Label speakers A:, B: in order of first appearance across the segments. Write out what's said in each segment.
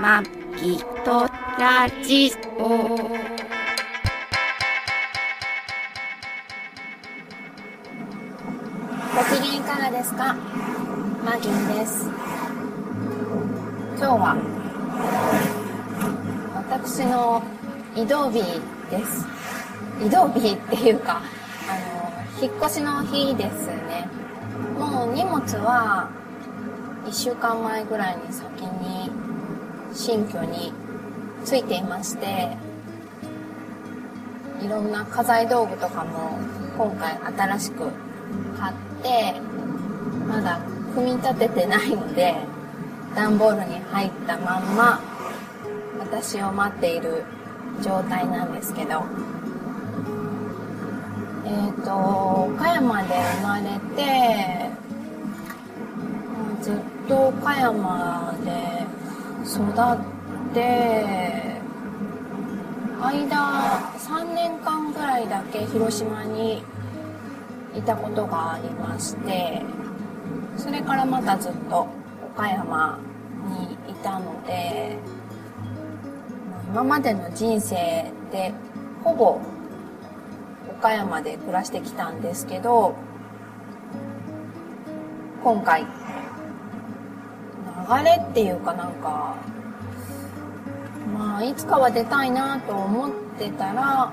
A: まきとラジオ。ご機嫌いかがですかマギンです。今日は、私の移動日です。移動日っていうか、あの、引っ越しの日ですね。もう荷物は、1週間前ぐらいに先に新居についていましていろんな家財道具とかも今回新しく買ってまだ組み立ててないので段ボールに入ったまんま私を待っている状態なんですけどえっ、と岡山で生まれてもうずっと岡山で育って間3年間ぐらいだけ広島にいたことがありましてそれからまたずっと岡山にいたので今までの人生でほぼ岡山で暮らしてきたんですけど今回流れっていうかなんかまあいつかは出たいなと思ってたら、ま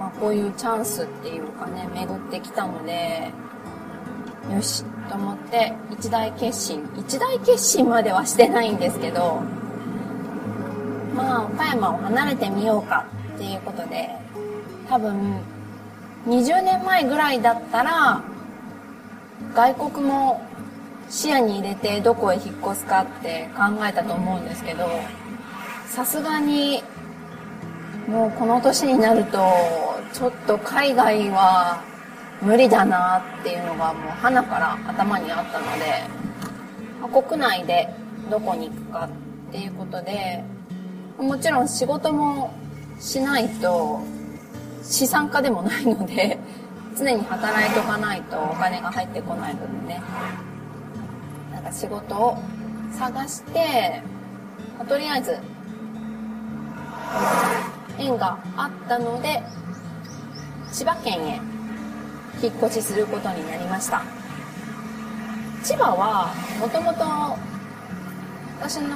A: あ、こういうチャンスっていうかね巡ってきたのでよしと思って一大決心一大決心まではしてないんですけどまあ岡山を離れてみようかっていうことで多分20年前ぐらいだったら外国も視野に入れてどこへ引っ越すかって考えたと思うんですけどさすがにもうこの年になるとちょっと海外は無理だなっていうのがもう花から頭にあったのでまあ国内でどこに行くかっていうことでもちろん仕事もしないと資産家でもないので常に働いておかないとお金が入ってこないのでねなんか仕事を探して、まあとりあえず、縁があったので、千葉県へ引っ越しすることになりました。千葉は、もともと、私の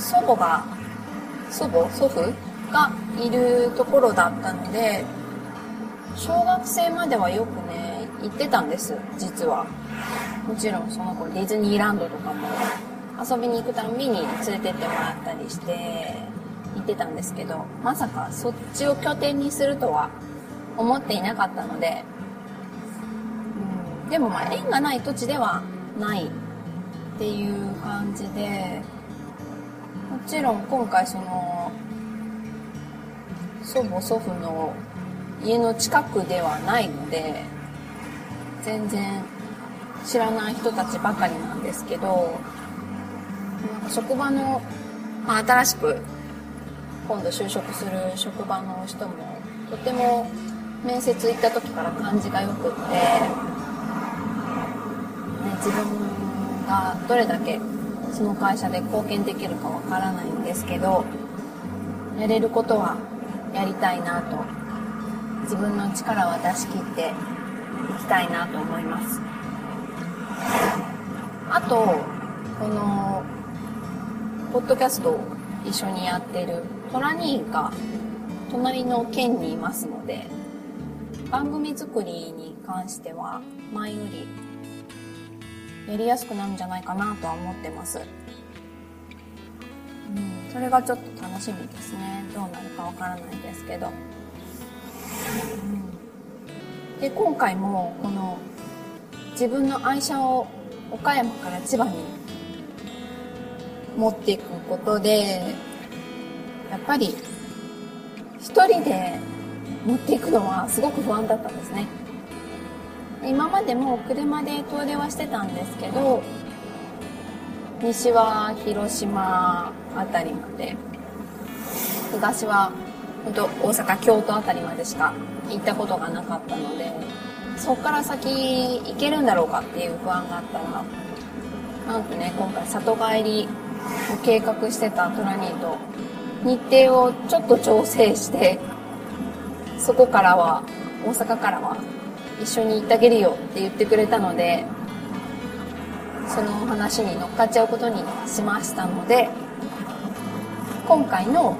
A: 祖母が、祖母祖父がいるところだったので、小学生まではよくね、行ってたんです、実は。もちろんその子ディズニーランドとかも遊びに行くたんびに連れてってもらったりして行ってたんですけどまさかそっちを拠点にするとは思っていなかったので、うん、でもまあ縁がない土地ではないっていう感じでもちろん今回その祖母祖父の家の近くではないので全然知らない人たちばかりなんですけど、なんか職場の、まあ、新しく今度就職する職場の人も、とても面接行った時から感じが良くって、ね、自分がどれだけその会社で貢献できるかわからないんですけど、やれることはやりたいなと、自分の力を出し切っていきたいなと思います。あと、この、ポッドキャストを一緒にやってるトラニーが、隣の県にいますので、番組作りに関しては、前より、やりやすくなるんじゃないかなとは思ってます。うん、それがちょっと楽しみですね。どうなるかわからないですけど。うん、で、今回も、この、自分の愛車を岡山から千葉に持っていくことでやっぱり一人で持っていくのはすごく不安だったんですね今までも車で遠出はしてたんですけど西は広島あたりまで東は本当大阪京都あたりまでしか行ったことがなかったのでそこから先行けるんだろうかっていう不安があったらなんとね今回里帰り
B: を計画してたトラニーと日程をちょっと調整してそこからは大阪からは一緒に行ってあげるよって言ってくれたのでそのお話に乗っかっちゃうことにしましたので今回の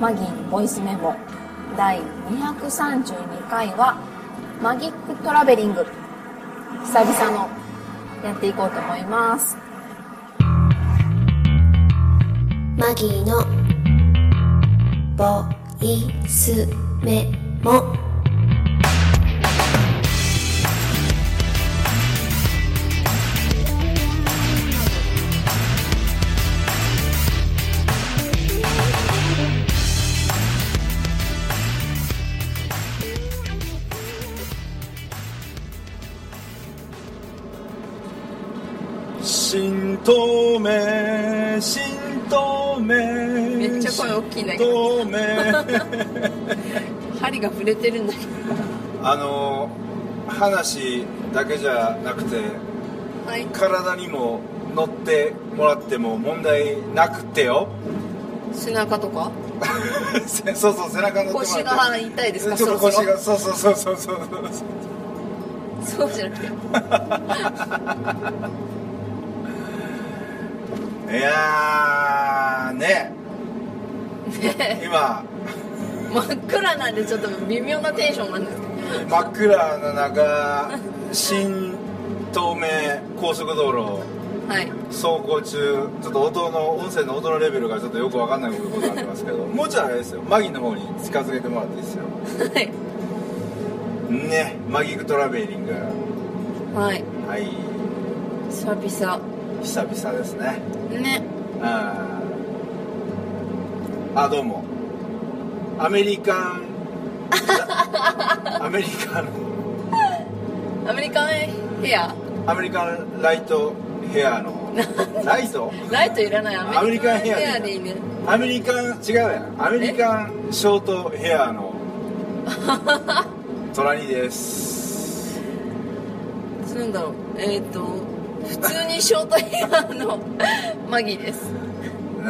B: マギーのボイスメモ第232回はマギックトラベリング久々のやっていこうと思います
C: マギーのボイスメモ
D: 新透明新透明
B: めっちゃ声大きいんだけ
D: ど透明
B: 針が触れてるんだけ
D: あの話だけじゃなくて
B: どはい
D: 体にも乗ってもらっても問題なくってよ
B: 背中とか
D: そうそう背中乗ってもらって
B: 腰が痛いですか
D: ちょっと
B: そ
D: 腰
B: ろ
D: がそうそうそうそうそうそう
B: そろそうじゃなくて
D: いやーね今
B: 真っ暗なんでちょっと微妙なテンションなんですけど
D: 真っ暗な中新東名高速道路を
B: はい
D: 走行中ちょっと音の音声の音のレベルがちょっとよくわかんないことになってますけどもうちょいあれですよマギの方に近づけてもらっていいですよ
B: はい
D: ねマギックトラベリング
B: はい
D: はい
B: 久々
D: 久々ですね
B: ね
D: あーあどうもアメリカ ンアメリカン
B: アメリカンヘア
D: アメリカンライトヘアのライト
B: ライトいらないア
D: アメ
B: メリ
D: リ
B: カ
D: カ
B: ン
D: ン
B: ヘ
D: ヘ
B: ア
D: ア
B: で
D: で
B: い
D: い
B: い
D: い
B: ね
D: アメリカン違うやんアメリカンショートヘア のトラニーです
B: なんだろうえっ、と普通にショートヘアの マギーです
D: ねえ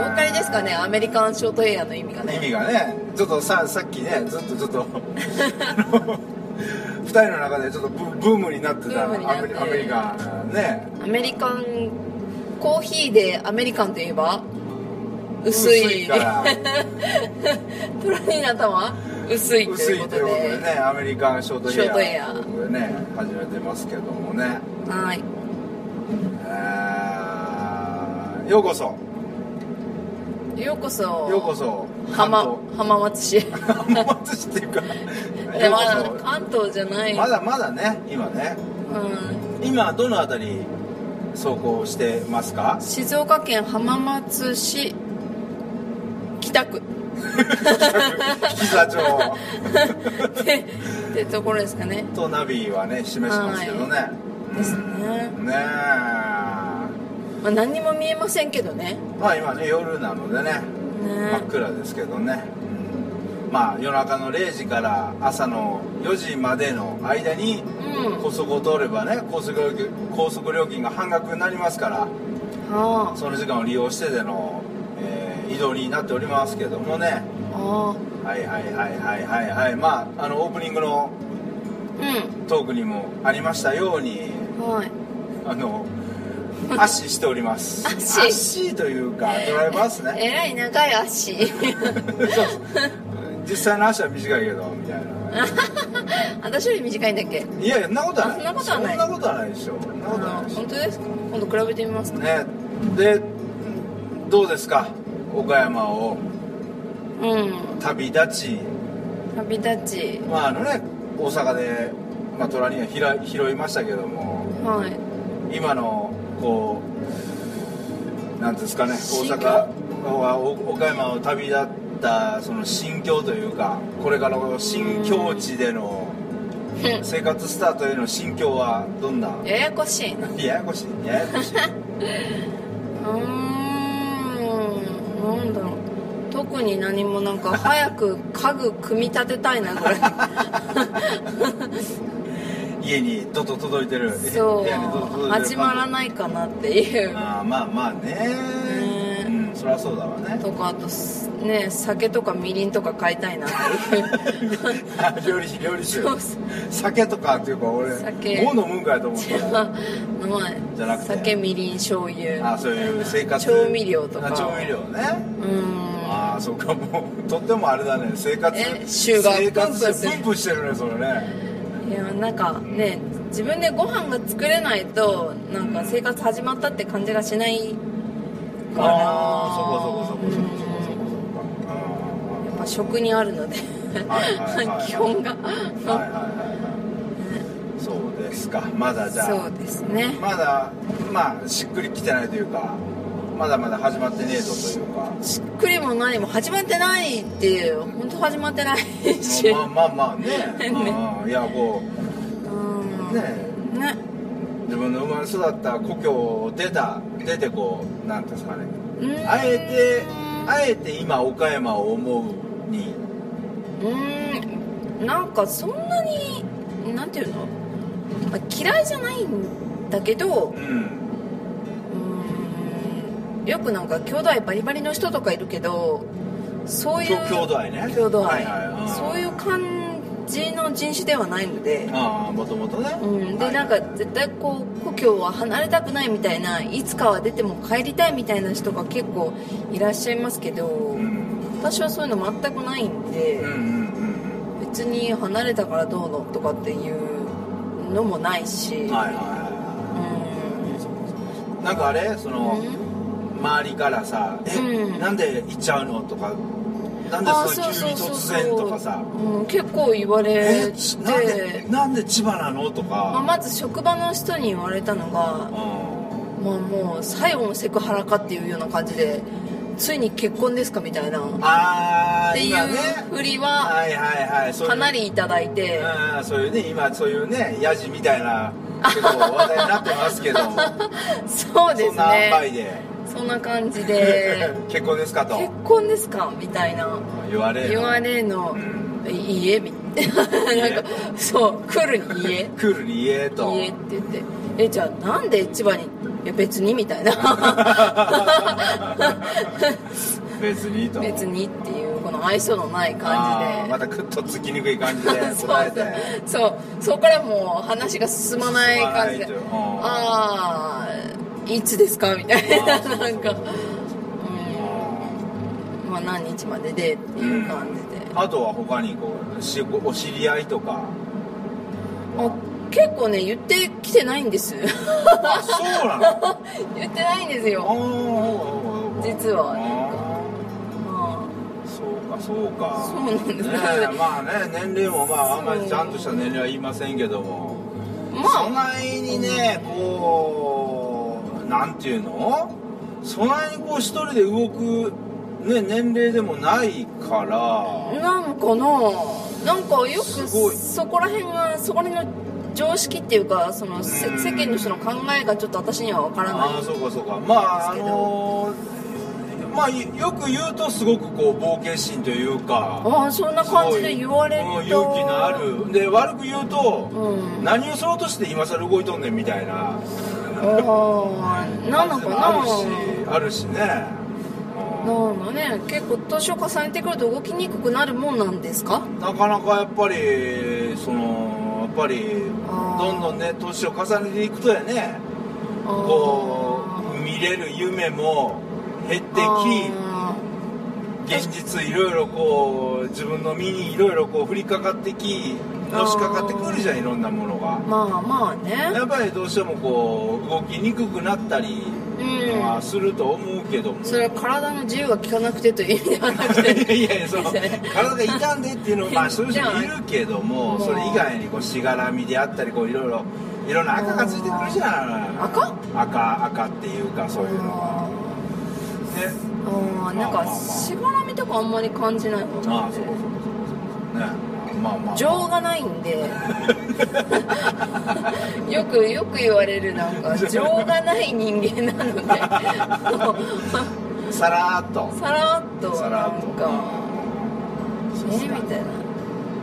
B: お分かりですかねアメリカンショートヘアの意味が
D: 意
B: ね
D: 味がねちょっとささっきねずっとちょっと あの二人の中でちょっとブブームになってた
B: ブームになって
D: アメリアメリカンね
B: アメリカンコーヒーでアメリカンといえば薄い
D: から
B: トラニーの頭は薄いと
D: 薄
B: い
D: いう
B: こ
D: と
B: と
D: いうこと
B: で
D: でねアメリカンショートヘア
B: ショートヘア
D: ということでね始めてますけどもね
B: はい
D: えーようこそ
B: ようこそ
D: ようこそ
B: 浜浜松市
D: 関東浜松市っていうか
B: でまだ
D: ようこ
B: 関東じゃな
D: そ
B: い
D: まだまだね今ね
B: うん、
D: 今どのあたり走行してますか
B: 静岡県浜松市北 区
D: 膝町
B: ってってところですかね
D: とナビはね示してますけどね、
B: ですね、
D: ねえ
B: まあ、何にも見えませんけどね
D: まあ今ね夜なのでね真っ
B: ね
D: 暗ですけどね、うんまあ夜中の0時から朝の4時までの間に
B: うん
D: 高速を通ればね高速料金高速料金が半額になりますから
B: あ
D: その時間を利用してでの、えー移動になっておりますけどもね
B: あああ
D: はいはいはいはいはいはいまああのオープニングの
B: う
D: トークにもありましたように
B: んはい
D: あ の圧死しております
B: 圧死
D: 圧死というかドライバーですね
B: えらい長い足
D: そ うそう実際の足は短いけどみたいな
B: 私より短いんだっけ
D: いやいやそんなことはない
B: あそんなことはな
D: そ
B: い
D: んなことはないでしょそんなことはない
B: あ
D: でしょ
B: 本当ですか今度比べてみますか
D: ねでどうですか岡山を
B: うん
D: 旅立ち
B: 旅立ち
D: まああのね大阪で、まあ、トラニーはひら拾いましたけども
B: はい
D: 今のこうなんていうんですかね
B: 心境
D: 大阪はお岡山を旅立ったその心境というかこれからの新境地での
B: うん
D: 生活スタートへの心境はどんな
B: ややこしいな
D: ややこしいややこしい
B: うーんなんだろう特に何もなんか 早く家具組み立てたいなぐらい
D: 家にドド届いてる
B: そう
D: 部屋にドド届いてる
B: 始まらないかなっていう
D: あーまあまあね
B: ね
D: うんそりゃそうだわね
B: とかあとね酒とかみりんとか買いたいなっていう
D: 料理酒料理酒
B: そうそう
D: 酒とかっていうか俺
B: 酒
D: もう飲むんかいと思っ
B: じ
D: た
B: ゃあ
D: じゃ
B: ま
D: な
B: あ
D: くて
B: 酒みりん醤油
D: あそういう生活
B: 調味料とか
D: あ調味料ね
B: うん
D: ああそうかもうとってもあれだね生活
B: え週が
D: 生
B: プンプン
D: 活
B: す
D: して
B: る
D: プンプンしてるねそれね
B: いやなんかね自分でご飯が作れないとなんか生活始まったって感じがしないから
D: ああそこそこそこそこそこそこそ
B: うん
D: こうん
B: やっぱ食にあるので
D: はいはいはい
B: 基本が
D: はいはいはいはいそうですかまだじゃ
B: そう
D: あ
B: ですね
D: まだまあしっくりきてないというかまだまだ始まってねえぞというか
B: しっくりも何も始まってないっていう本当始まってないし
D: まあまあまあ ねうんうんいやこ
B: うん
D: う
B: ね
D: ね自分の生まれ育った故郷を出た出てこうなんていうんですかね
B: うん
D: あえてあえて今岡山を思うに
B: うんなんかそんなになんていうのまあ嫌いじゃないんだけど
D: うん
B: うんよくなんか兄弟バリバリの人とかいるけどそういう
D: 郷土愛ね
B: 郷土
D: は
B: 愛
D: いはい
B: そういう感じの人種ではないので
D: ああもともとね
B: うん、
D: は
B: で
D: い
B: なんか絶対こう故郷は離れたくないみたいないつかは出ても帰りたいみたいな人が結構いらっしゃいますけど、
D: うん
B: 私はそういうの全くないんで
D: うんう、んうん
B: 別に離れたからどうのとかっていうのもないし、
D: うんはいはいは
B: うん
D: いなんかあれその、周りからさ「え、
B: うん
D: なんで行っちゃうの?」とか「なんで
B: あ
D: それ急に突然?」とかさ
B: うん、結構言
D: 「
B: われ
D: えなん
B: て
D: で、なんで千葉なの?」と
B: まあ、
D: か、
B: まず職場の人に言われたのが
D: う、ん
B: まあ、もう最後のセクハラかっていうような感じでついに結婚ですかみたいな。
D: あ
B: っ
D: あ
B: てい
D: 今
B: う
D: ね
B: ふりは
D: はいはいはいそういう
B: かなりいただいて
D: うんそういうね今そういうねヤジみたいな結構話題になってます けど
B: そうで
D: そ
B: す
D: んな塩梅
B: ね
D: で、
B: そんな感じで
D: 結婚ですかと
B: 結婚ですかみたいな
D: 言われ
B: 言われの
D: うん
B: いいえみなんかそう来るに家
D: クールに言えと
B: 家って言ってえじゃあなんで千葉にいや別にみたいな
D: 別にと
B: 別にっていうこの愛想のない
D: あ
B: 感
D: ー
B: じ
D: ま
B: で
D: たクッとつきにくい感じで
B: そう
D: 答えて
B: そうそうそこからもう話が進まない感じで
D: 進まないとうん
B: ああいつですかみたいな
D: あーそうそう
B: なんか
D: うん
B: まあ、何日まででっていう感じで、
D: あとは他にこうしお知り合いとか
B: あ結構ね言ってきてないんです
D: あそうなの
B: 言ってないんですよ、
D: おー
B: 実は
D: あ
B: うん
D: ーそうかそうか
B: そうなんです
D: ねえまあね年齢もまああんまりちゃんとした年齢は言いませんけどもそ
B: まあ
D: ないにねこうなんていうのそないにこう一人で動く、ね、年齢でもないから
B: なんかななんかよ
D: すごい
B: くそこら辺がそこら辺の常識っていうかそのせ
D: うん
B: 世間の人の考えがちょっと私には分からない
D: ああそうかそうかまああのまあよく言うとすごくこう冒険心というか
B: ああそんな感じで言われ
D: す
B: る
D: ご
B: と
D: いうん勇気のあるで悪く言うと、
B: うん
D: 何をしようとして今更動いとんねんみたいな
B: ああなのかな
D: 感じもあるしあるしねうん
B: なんかね結構年を重ねてくると動きにくくなるもんなんですか
D: なかなかやっぱりそのやっぱり
B: あー
D: どんどんね年を重ねていくとやねこう見れる夢も減って
B: あー
D: き現実いろいろこう自分の身にいろいろこう降りかかってきのしかかってくるじゃんいろんなものが
B: まあまあね
D: やっぱりどうしてもこう動きにくくなったり
B: うん
D: はすると思うけども、
B: それは体の自由が利かなくてという意味ではなくて
D: いやいやその体が痛んでっていうのはまあそういう人もいるけども
B: じゃあ
D: それ以外にこうしがらみであったりこういろいろいろんな赤がついてくるじゃん
B: 赤
D: 赤赤っていうかそういうのが
B: あ
D: ね
B: ーなんかしがらみとかあんまり感じないもん
D: ま
B: な
D: あ
B: んで
D: そうそうそうそうねまあまあ
B: 情がないんで よくよく言われるなん か情がない人間なので
D: さらーっと
B: さらっと
D: さ
B: な
D: らっ
B: ん
D: と
B: かえみたいな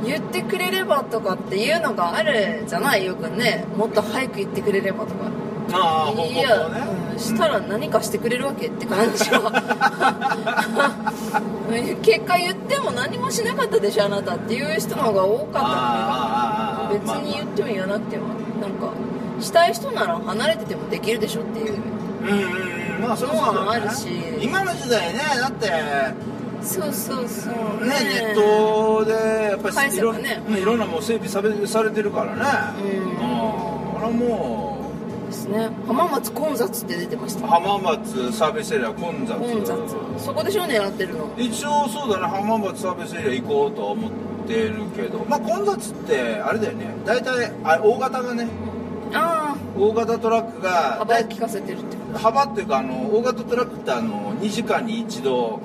B: 言ってくれればとかっていうのがあるじゃないよくねもっと早く言ってくれればとか
D: ああ報告を
B: い
D: ね
B: や、うんしたら何かしてくれるわけって感じは 結果言っても何もしなかったでしょあなたっていう人の方が多かった
D: あー
B: の
D: あーあーあー
B: で別に言っても言わなくてもなんかしたい人なら離れててもできるでしょっていう
D: うんうんうんまあそれはそうだよね
B: もあるし
D: 今の時代ねだって
B: そうそうそう
D: ねネットでやっぱ
B: 返
D: りい
B: せ
D: ろ,、
B: ばね
D: いろんなもう整備されされてるからね
B: うん
D: あらも
B: ですね浜松混雑って出てまし
D: う
B: た
D: 浜松サービスエリア混雑
B: 混雑そこでしょ狙ってるの
D: 一応そうだね浜松サービスエリア行こうとは思ってるけどまあ混雑ってあれだよね大体あ大型がね
B: あ
D: 大型トラックが
B: あ幅を利かせてるって
D: 幅っていうかあの大型トラックってあの2時間に1度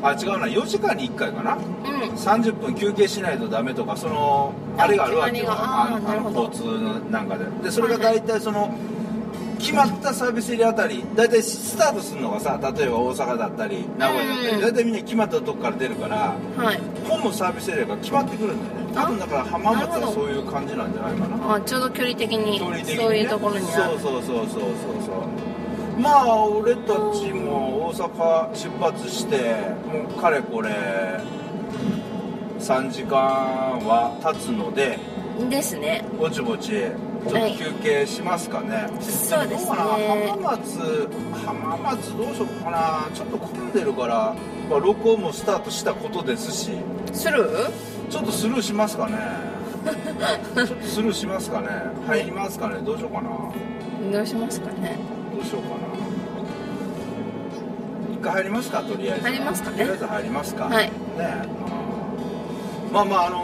D: あ違うな4時間に1回かな
B: うん
D: 30分休憩しないとダメとかその
B: あ
D: あれがあるわけ
B: 決
D: よ
B: まりがあー
D: あの
B: なるほど
D: 交通のなんかででそれが大体その決まったサービスエリアあたり大体スタートするのがさ例えば大阪だったり名古屋だった
B: うん
D: り大体みんな決まったとこから出るから
B: はい
D: 本のサービスエリアが決まってくるんだよね多分だから浜松はそういう感じなんじゃないかな
B: あちょうど距離的に
D: 距離的にね
B: そういうところにあ
D: そ
B: る
D: うそうそうそうそうそうまあ俺たちも大阪出発してもうかれこれ3時間は経つので
B: ですね
D: ぼちぼちちょっと
B: はい
D: 休憩しますかね、
B: そうですね
D: どうかな浜松浜松どうしようかなちょっと混んでるから、まあ、録音もスタートしたことですし
B: する
D: ちょっとスルーします かねちょっとスルーしますかね入りますかねどうしようかな
B: どうしますかね
D: どうしようかな一回入りますかとりあえず
B: 入りますかね
D: とりあえず入りますか
B: はい
D: ねえうんまあまああの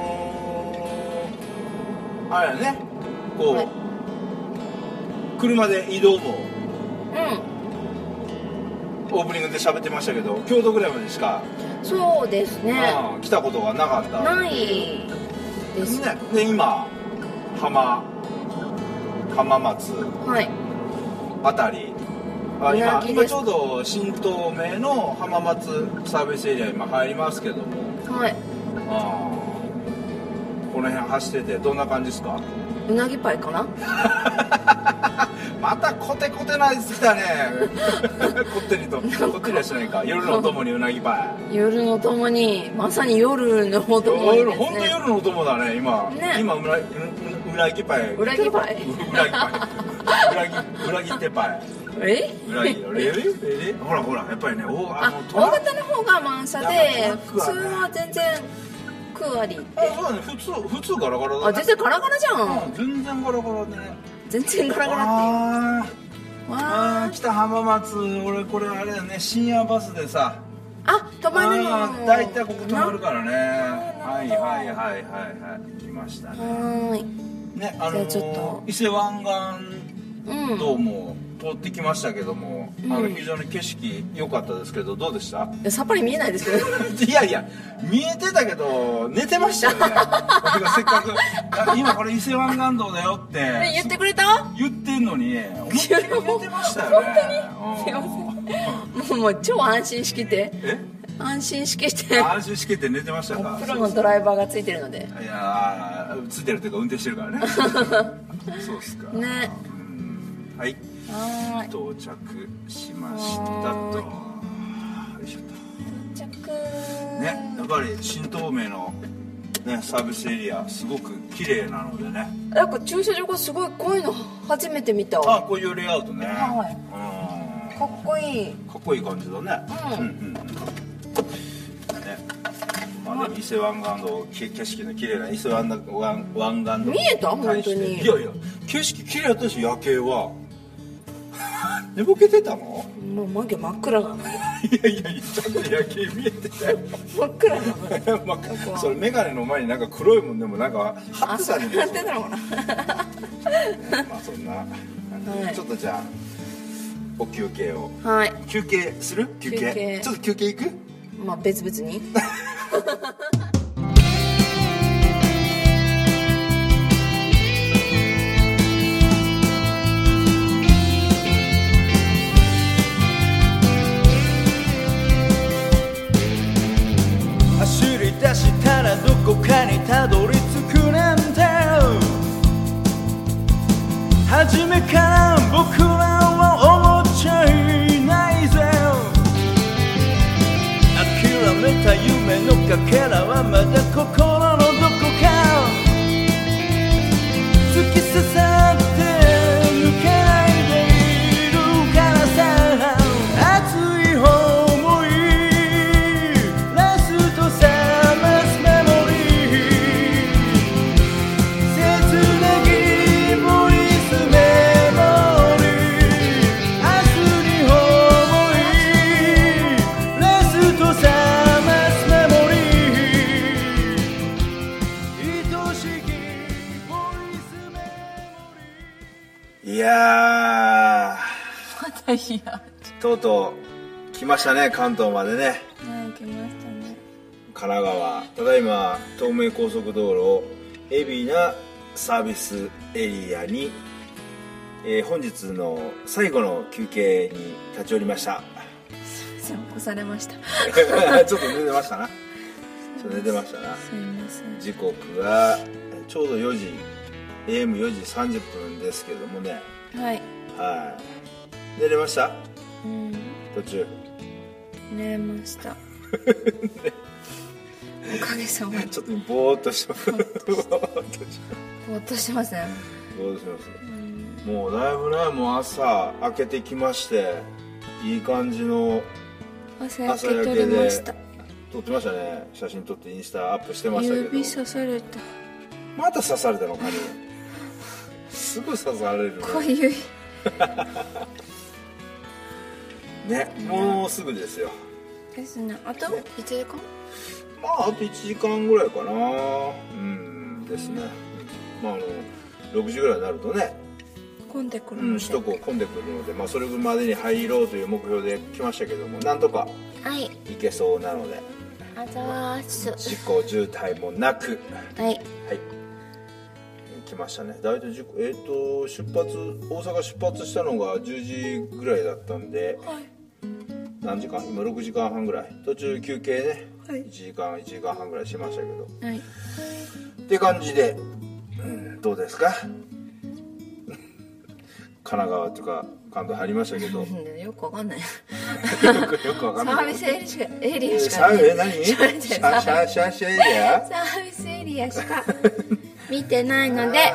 D: ー、あれやねこう、
B: はい
D: 車で移動も
B: う
D: オープニングで喋ってましたけど京都ぐらいまでしか、
B: んそうですね
D: うん来たことがなかった
B: ないです
D: ねで今浜浜松
B: はい
D: あたりあ今
B: うなぎ
D: 今
B: です
D: ちょうど新東名の浜松サービスエリア今入りますけども
B: はい
D: あーこの辺走っててどんな感じです か
B: うなぎパイかな
D: またコテコテなやつ来 たねこってりとこってりはしないか夜のお供にうなぎパイ
B: 夜のともにまさに夜のともに
D: 夜
B: です
D: 本当
B: ね
D: 夜のお供だね今
B: ね
D: 今うなううなぎパイ
B: うなぎ
D: う
B: パイ
D: なぎパイ裏切裏切ってパイ
B: え
D: 裏切れれれほらほらやっぱりねおあ
B: あ
D: のトラ
B: 大型の方が満車
D: い
B: で
D: や
B: 普通は全然9割って
D: あそうだね普通普通ガラガラだ
B: あ
D: ね
B: 全然ガラガラじゃ
D: うん
B: ん
D: 全然ガラガラでね
B: 全然ガラガラっ
D: あー
B: てわ
D: あー北浜松俺これあれだよね深夜バスでさ
B: あ止まる
D: あー
B: の
D: 大体ここ止まる
B: か
D: からね
B: な
D: はい
B: るほど
D: はいはいはいはい来ましたね
B: はーい
D: ねあの
B: じゃあちょっと
D: 伊勢湾岸
B: うん
D: 道も通ってきましたけども、あの非常に景色良かったですけどどうでした
B: いやさっぱり見えないですけど
D: いやいや見えてたけど寝てました よね俺がせっかくあ「今これ伊勢湾岸道だよ」って
B: え言ってくれた
D: 言ってんのに思いっきり寝てましたよね
B: 本当
D: う
B: に
D: ん
B: もうもう超安心しきて
D: え
B: 安心しきて
D: 安心しきって寝てましたか
B: プロのドライバーがついてるので
D: いやーついてるというか運転してるからね そうっすか
B: ね
D: うんはい
B: はーい
D: 到着しましたとよいしょっと
B: 着
D: ねやっぱり新東名の、ね、サービスエリアすごく綺麗なのでね
B: なんか駐車場がすごいこういうの初めて見たか
D: あこういうレイアウトね、
B: は
D: うん
B: っこいい
D: かっこいい感じだね
B: うん
D: うんうんうんねまあ、でも伊勢湾岸道き景色の綺麗な伊勢湾岸湾岸道
B: 見えた本当に
D: いやいや景色綺麗だったし夜景は 寝ぼけてたの
B: もう眉毛真っ暗なの
D: いやいやいやちゃんと夜景見えてたよ
B: 真っ暗なの
D: まあ、それ眼鏡の前になんか黒いもんでもなんか貼
B: あ
D: って
B: そ
D: た
B: うんな
D: で
B: ってたのかな
D: まあそんな、
B: い
D: ちょっとじゃあお休憩を
B: はい
D: 休憩する休憩
B: 休憩
D: ちょっと休憩行く
B: まあ別々に
E: 走り出したらどこかにたどり
A: 最悪。
D: とうとう来ましたね関東までね
A: はい、来ましたね。
D: 神奈川ただいま東名高速道路海老名サービスエリアに、えー本日の最後の休憩に立ち寄りました
A: そう、起こされました。
D: ちょっと寝てましたなちょっと寝てましたな
A: すいません。
D: 時刻はちょうど4時 AM4 時30分ですけどもね
A: はい。
D: はい寝れました
A: うん、
D: 途中
A: 寝れま した。おかげさまで。
D: ちょっとぼーっとしてますぼーっとして
A: ぼーっとしてません。
D: ぼーっとしてます
A: うん、
D: もうだいぶねもう朝明けてきましていい感じの
A: 朝焼
D: 朝
A: け
D: 焼
A: 取
D: け
A: れま
D: で
A: した。
D: 撮ってましたね写真撮ってインスタアップしてましたけど
A: 指刺された。
D: また刺されたのかにすぐ刺される
A: かゆい。
D: ねねもうすぐですよ
A: ですね。あと1時間
D: まああと1時間ぐらいかなうんですねまああの6時ぐらいになるとね、
A: 混んでく
D: う
A: る
D: ん、
A: の
D: 首都
A: で。
D: 高混んでくるので、まあ、それまでに入ろうという目標で来ましたけどもなんとか
F: はい
D: 行けそうなので
F: あざわーす
D: 事故渋滞もなく
F: はい
D: はい。来ましたね。大体時刻えっ、と出発大阪出発したのが10時ぐらいだったんで、何時間？今6時間半ぐらい。途中休憩ね。
A: はい
D: 1時間1時間半ぐらいしましたけど。
A: はい。
D: って感じで、うん、どうですか？神奈川とか関東入りましたけど、よ
B: うんよくわかんない
D: くよくわか
B: サ
D: んない。
B: ービスエリアしかエリ
D: え
B: アし
D: サー
B: かね
D: ビス何？シ
B: サー
D: ャ
B: ビ
D: シ
B: スエリ
D: ャシャ
B: ア
D: シャシャエリア？
A: サービスエリアしか見てないので
D: あ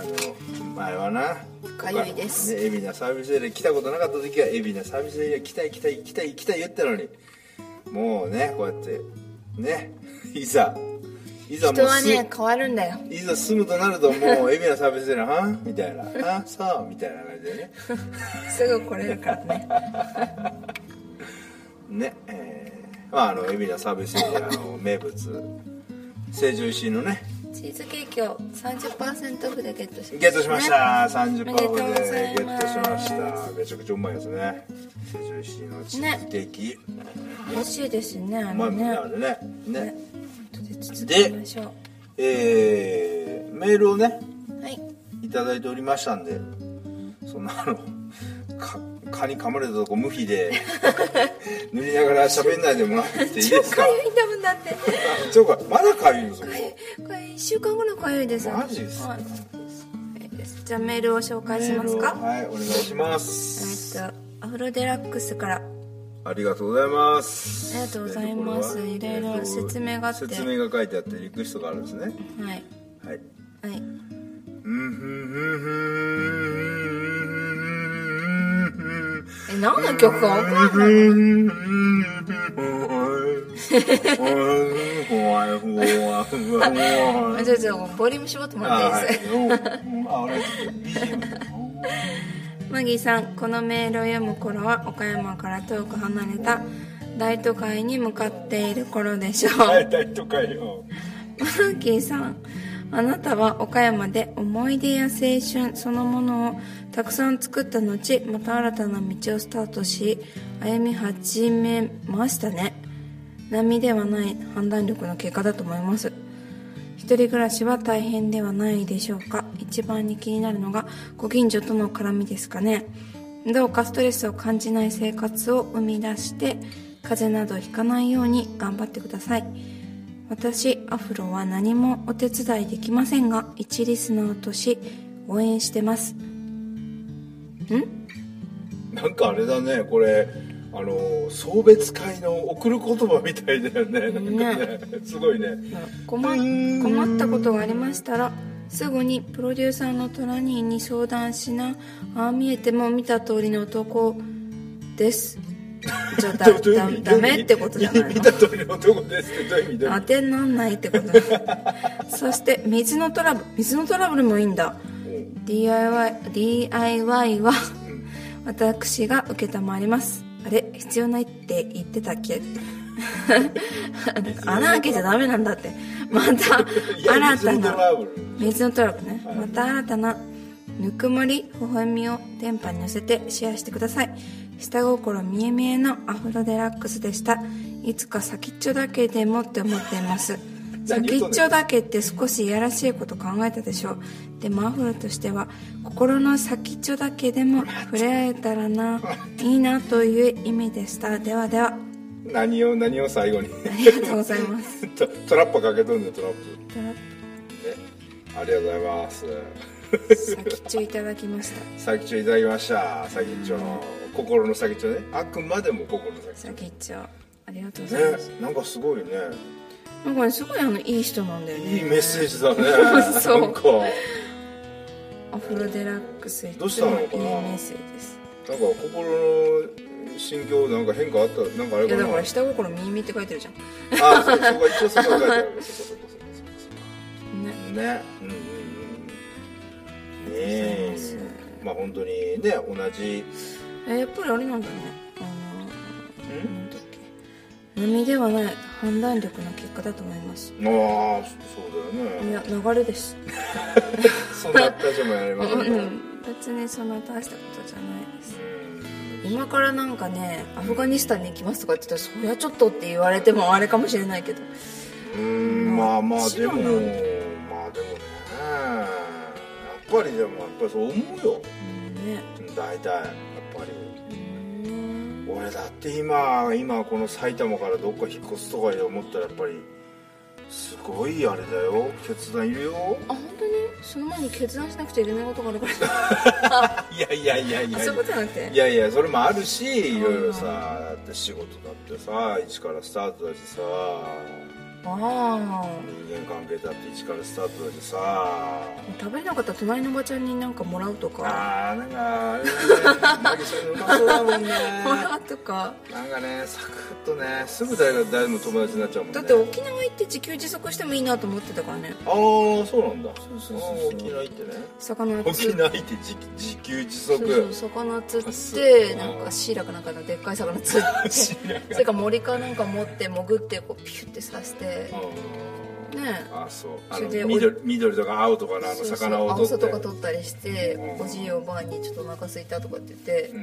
D: の前はな
B: かゆいです
D: ね、海老名サービスエリア来たことなかった時は海老名サービスエリア来たい来たい来たい来たい言ったのにもうねこうやってねいざいざも
B: 人
D: う
B: は
D: す、
B: ね変わるんだよ
D: いざ住むとなるともう海老名サービスエリアはみたいなあそうみたいな感じでね
B: すぐ来れるからね
D: ねえーまああの海老名サービスエリアの名物成城石井のね
B: チーズケーキを30%オフでゲットしました
D: ゲットしました。三十パ
B: おめでとうござい
D: ーで
B: ます
D: ゲットしました。めちゃくちゃうまいですね。成城石井のチーズケーキ。
B: 美味しいですねあ
D: うま
B: れ
D: いもんね
B: ね
D: あれね。ね。
B: ちょっと続けましょ
D: えー、メールをね
B: うはい
D: いただいておりましたんで、そんなあのか蚊に噛まれたとこ無比 で塗りながら喋んないでもらっていいですか
B: か。ゆいんだもんだって
D: そうかまだかゆいんですよ。
B: これ1週間後のかゆいです
D: マジですか
B: はいかゆいですじゃあメールを紹介しま
D: メー
B: す
D: ル
B: か
D: をはいお願いしま
B: えっ
D: す。
B: とアフロデラックスから
D: ありがとうございます。
B: ありがとうございますいろいろ説明があって
D: 説明が書いてあってリクエストがあるんですね。
B: はい
D: はい。
B: はいえ何の曲 かわかんない あじゃあじゃあボリューム絞ってもらっていいですマギーさんこのメールを読む頃は岡山から遠く離れた大都会に向かっている頃でしょうマッキーさんあなたは岡山で思い出や青春そのものをたくさん作った後また新たな道をスタートし歩み始めましたね並ではない判断力の結果だと思います一人暮らしは大変ではないでしょうか一番に気になるのがご近所との絡みですかねどうかストレスを感じない生活を生み出して風邪などひかないように頑張ってください私アフロは何もお手伝いできませんが一リスナーとし応援してます
D: なんかあれだねこれあの送別会の送る言葉みたいだよねなんかねすごいね
B: 困困ったことがありましたらすぐにプロデューサーのトラニーに相談しなああ見えても見た通りの男ですじゃあだ
D: どういう
B: だ
D: 意味
B: ダメってことじゃ ない
D: 見
B: の
D: た通りのとこですってどういう意味どういう意味
B: 当てになんないってことだそして水のトラブル水のトラブルもいいんだ DIY, DIY は私が承りますあれ必要ないって言ってたっけ穴開けちゃダメなんだってまた
D: いや
B: 新
D: 水
B: た
D: のト
B: な
D: ラブル
B: 水のトラブルね、また新たなぬくもり、微笑みを電波に乗せてシェアしてください。下心見え見えのアフロデラックスでした。いつか先っちょだけでもって思っています。
D: 何
B: 先
D: 言うとんねん
B: っちょだけって少しいやらしいこと考えたでしょう。でもアフロとしては、心の先っちょだけでも触れ合えたらな、いいなという意味でした。ではでは、
D: 何を何を最後に
B: ありがとうござい ます。
D: トトラッパかけとんねんトラップね
B: トラ
D: ありがとうございます
B: 先っちょいただきました。
D: 先っちょいただきました先っちょ心の先っちょねあくまでも心の先っ
B: 先っちょ、ありがとうご
D: ちょ
B: ざいます。
D: ねなんかすごいね
B: なんかね、すごいあの、いい人なんだよ
D: い
B: ね。
D: いメッセージだね
B: そう
D: なんか
B: アフロデラックスいつ
D: ど
B: も
D: うしたのかない
B: いメッセージです
D: なんか心の心境なんか変化あったなんかあれ
B: い
D: か
B: や
D: な
B: だから下心耳って書いてるじゃん
D: あそうそこ一応そこ書いてあるそこそこそこそこそこ
B: ね
D: ねうんうんうんねえまあ本当にね同じ
B: えやっぱりあれなんだねあのなんだっけ波ではない判断力の結果だと思います
D: ああそうだよ
B: い
D: ね
B: や流れです
D: そんな立場もやれ
B: う
D: ば
B: ん
D: ね
B: うん別にそんな大したことじゃないです今からなんかねアフガニスタンに行きますとか言ってたらそりゃちょっとって言われてもあれかもしれないけど
D: うんうんまあまあでもまあ
B: もちろん
D: でもねやっぱりでもやっぱりそう思うよ
B: うんね
D: 大体やっぱり
B: うん
D: 俺だって今今この埼玉からどっか引っ越すとかで思ったらやっぱりすごいあれだよ決断いるよ
B: あ本当にその前に決断しなくちゃいけないことがあるから
D: いやいやいやい
B: あ
D: や
B: そういうことじゃなくて
D: いやいやそれもあるしいろいろさだって仕事だってさ一からスタートだしさ
B: ああ
D: 人間関係だって一からスタートだしさ
B: 食べれなかったら隣のおばちゃんになんかもらうとか
D: あーなんかあれだねマギさんうまそうだも んね
B: もらうとか
D: なんかねサクッとねすぐ誰が誰でも友達になっちゃうもんね
B: だって沖縄行って自給自足してもいいなと思ってたからね
D: ああそうなんだ
B: そうそうそうそう
D: あー沖縄行ってね
B: 魚釣
D: 沖
B: って
D: 縄行って自自給自足
B: そう そう魚釣
D: す
B: っ
D: ごい
B: てなんかシイラかなんかのでっかい魚釣 って
D: シイラカ
B: それから森かなんか持って潜ってこうピュって刺してねえ
D: あーあそうあ
B: そ
D: の
B: れで
D: 緑緑とか青とかのあの
B: そうそう
D: 魚を
B: 青
D: 取って
B: さとか取ったりして
D: うん
B: おじいおばあにちょっとお腹空すいたとかって言って
D: う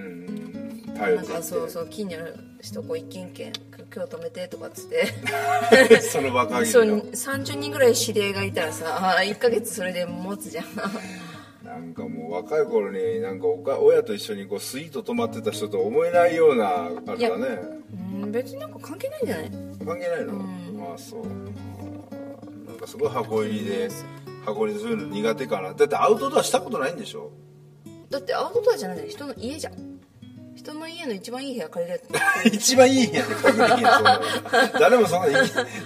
D: ん頼
B: な
D: っ
B: ん
D: ていって
B: かそうそう近所の人こう一軒一軒今日泊めてとかっつって
D: その場限り
B: そ
D: の
B: う30人ぐらい知り合いがいたらさ1ヶ月それで持つじゃん
D: なんかもう若い頃になんかおか親と一緒にこうスイート泊まってた人と思えないようなあれだね
B: うん別になんか関係ないんじゃない
D: 関係ないの、
B: うん
D: ああそうなんかすごい箱入りで箱入りでそういうの苦手かなだってアウトドアしたことないんでしょ
B: だってアウトドアじゃないじゃん人の家じゃん人の家の一番いい部屋借りれる
D: 一番いい部屋で確認できるそう誰もそんな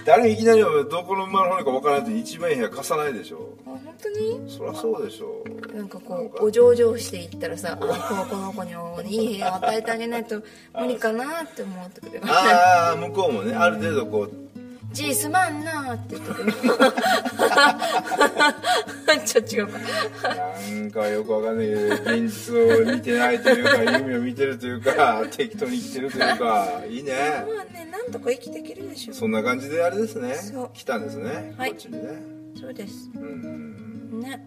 D: 誰もいきなりどこの馬の骨か分からないと一番いい部屋貸さないでしょ
B: あ本当に
D: そりゃそうでしょ
B: なんかこうお上々していったらさあこの子にいい部屋を与えてあげないと無理かなって思ってくれる
D: ああ向こうもねある程度こう
B: じいすまんなーって言ってくる ちょっと違うか
D: なんかよくわかんないけど現実を見てないというか夢を見てるというか適当に生きてるというかいいね
B: まあねなんとか生きていけるでしょ
D: そんな感じであれですね
B: そう
D: 来たんですね、
B: はい
D: こっちにね
B: そうです
D: うん
B: ね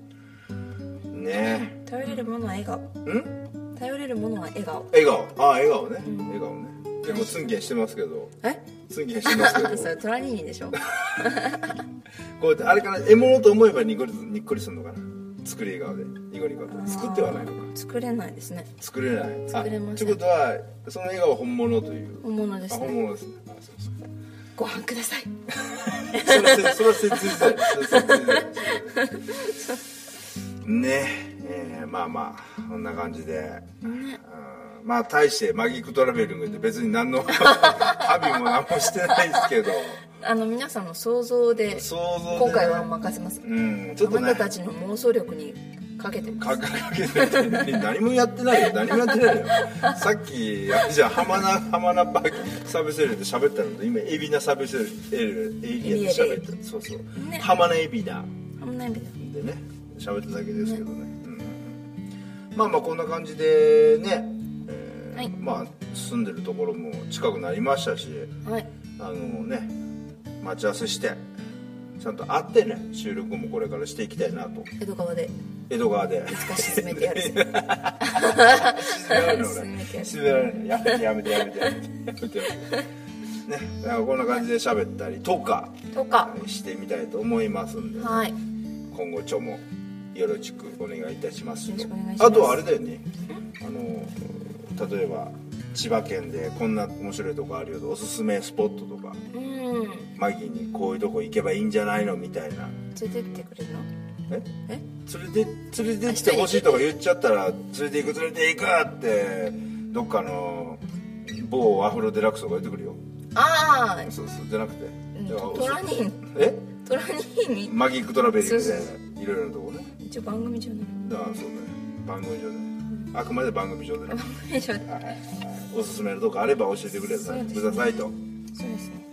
D: ね
B: 頼れるものは笑顔
D: えん
B: 頼れるものは笑顔
D: 笑顔ああ笑顔ね、笑顔ね結構ツンケンしてますけど
B: え
D: ツンケンしてますけど
B: それトラニーニでしょ
D: こうやってあれかな獲物と思えばにっこりにっこりするのかな作り笑顔でニコニコと作ってはないのか
B: 作れないですね
D: 作れない
B: 作れません
D: あってことはその笑顔は本物という
B: 本物で
D: あ
B: す
D: 本
B: ね
D: 物ですねあそうそう
B: ご飯ください
D: それはそれは切実だよそれは切実だよねえーまあまあこんな感じで、うんまあ大してマギックトラベリングって別に何 の 旅も何もしてないですけど
B: あの皆さんの想像で
D: 想像で
B: 今回は任せます
D: うんちょ
B: あ
D: っと
B: な
D: ね
B: たたちの妄想力にかけてます
D: かかけてて何もやってないよ何もやってないよさっきあれじゃあ浜名浜名バサブセルで喋ったのと今エビナサブセルエルエリアで喋ったそうそう、
B: ね
D: 浜名エビナ
B: あんな意味だ
D: でね喋っただけですけどね、うん、まあまあこんな感じでね、えー
B: はい
D: まあ住んでるところも近くなりましたし
B: はい
D: あのね待ち合わせしてちゃんと会ってね収録もこれからしていきたいなと
B: 江戸川で
D: 江江戸川で
A: いつか沈めてやるぜ
D: 沈められる俺沈められるやめてやめてやめてやめてやめてやめてねなんかこんな感じで喋ったりとか
A: とか
D: してみたいと思いますんで
A: はいよ
D: 今後ちょもよろしくお願いいたします
A: ろしくお願いします
D: あとはあれだよねあの例えば千葉県でこんな面白いとこあるよとおすすめスポットとか
A: うん
D: マギーにこういうとこ行けばいいんじゃないのみたいな
A: 連れてってくれるの
D: え
A: え
D: 連れて連れてきてほしいとか言っちゃったら連れて行く連れて行くってどっかの某アフロデラックスとか言ってくるよ
A: ああ
D: そうそうじゃなくて、じゃあ
A: トラニー
D: え
A: トラニーニ
D: マギックトラベリングみたい
A: そう
D: ないろいろなとこね
A: 一応番組中なの
D: だからそうね番組上であくまで番組上でね
A: よいしょ
D: はいはいおすすめのとこあれば教えてくださいくださいと、
A: そうですね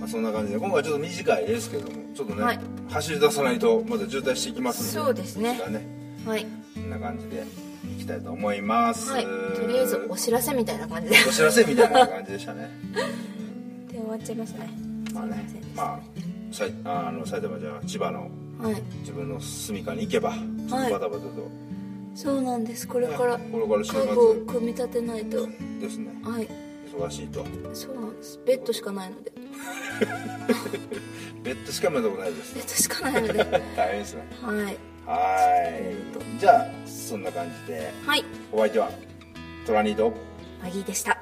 D: まあ、そんな感じで今回はちょっと短いですけどもちょっとね、
A: はい
D: 走り出さないとまた渋滞していきますん
A: そうですね
D: 時間
A: はい
D: こんな感じでいきたいと思います、
A: はいとりあえずお知らせみたいな感じで
D: お知らせみたいな感じでしたね
A: で終わっちゃいましたね
D: まあねまあさいあの埼玉じゃ千葉の
A: はい
D: 自分の住処に行けばちょっとバタバタと、
B: そうなんですこれから
D: これから週
B: 家具を組み立てないと
D: 末ですね
B: はい
D: 忙しいと
B: そうなんですベッドしかないのでベ
D: ベッドしかまだないです
B: ッドしかないので
D: 大変ですね
B: はい
D: はーいじゃあそんな感じで
B: はい
D: お相手はトラニーと
B: マギーでした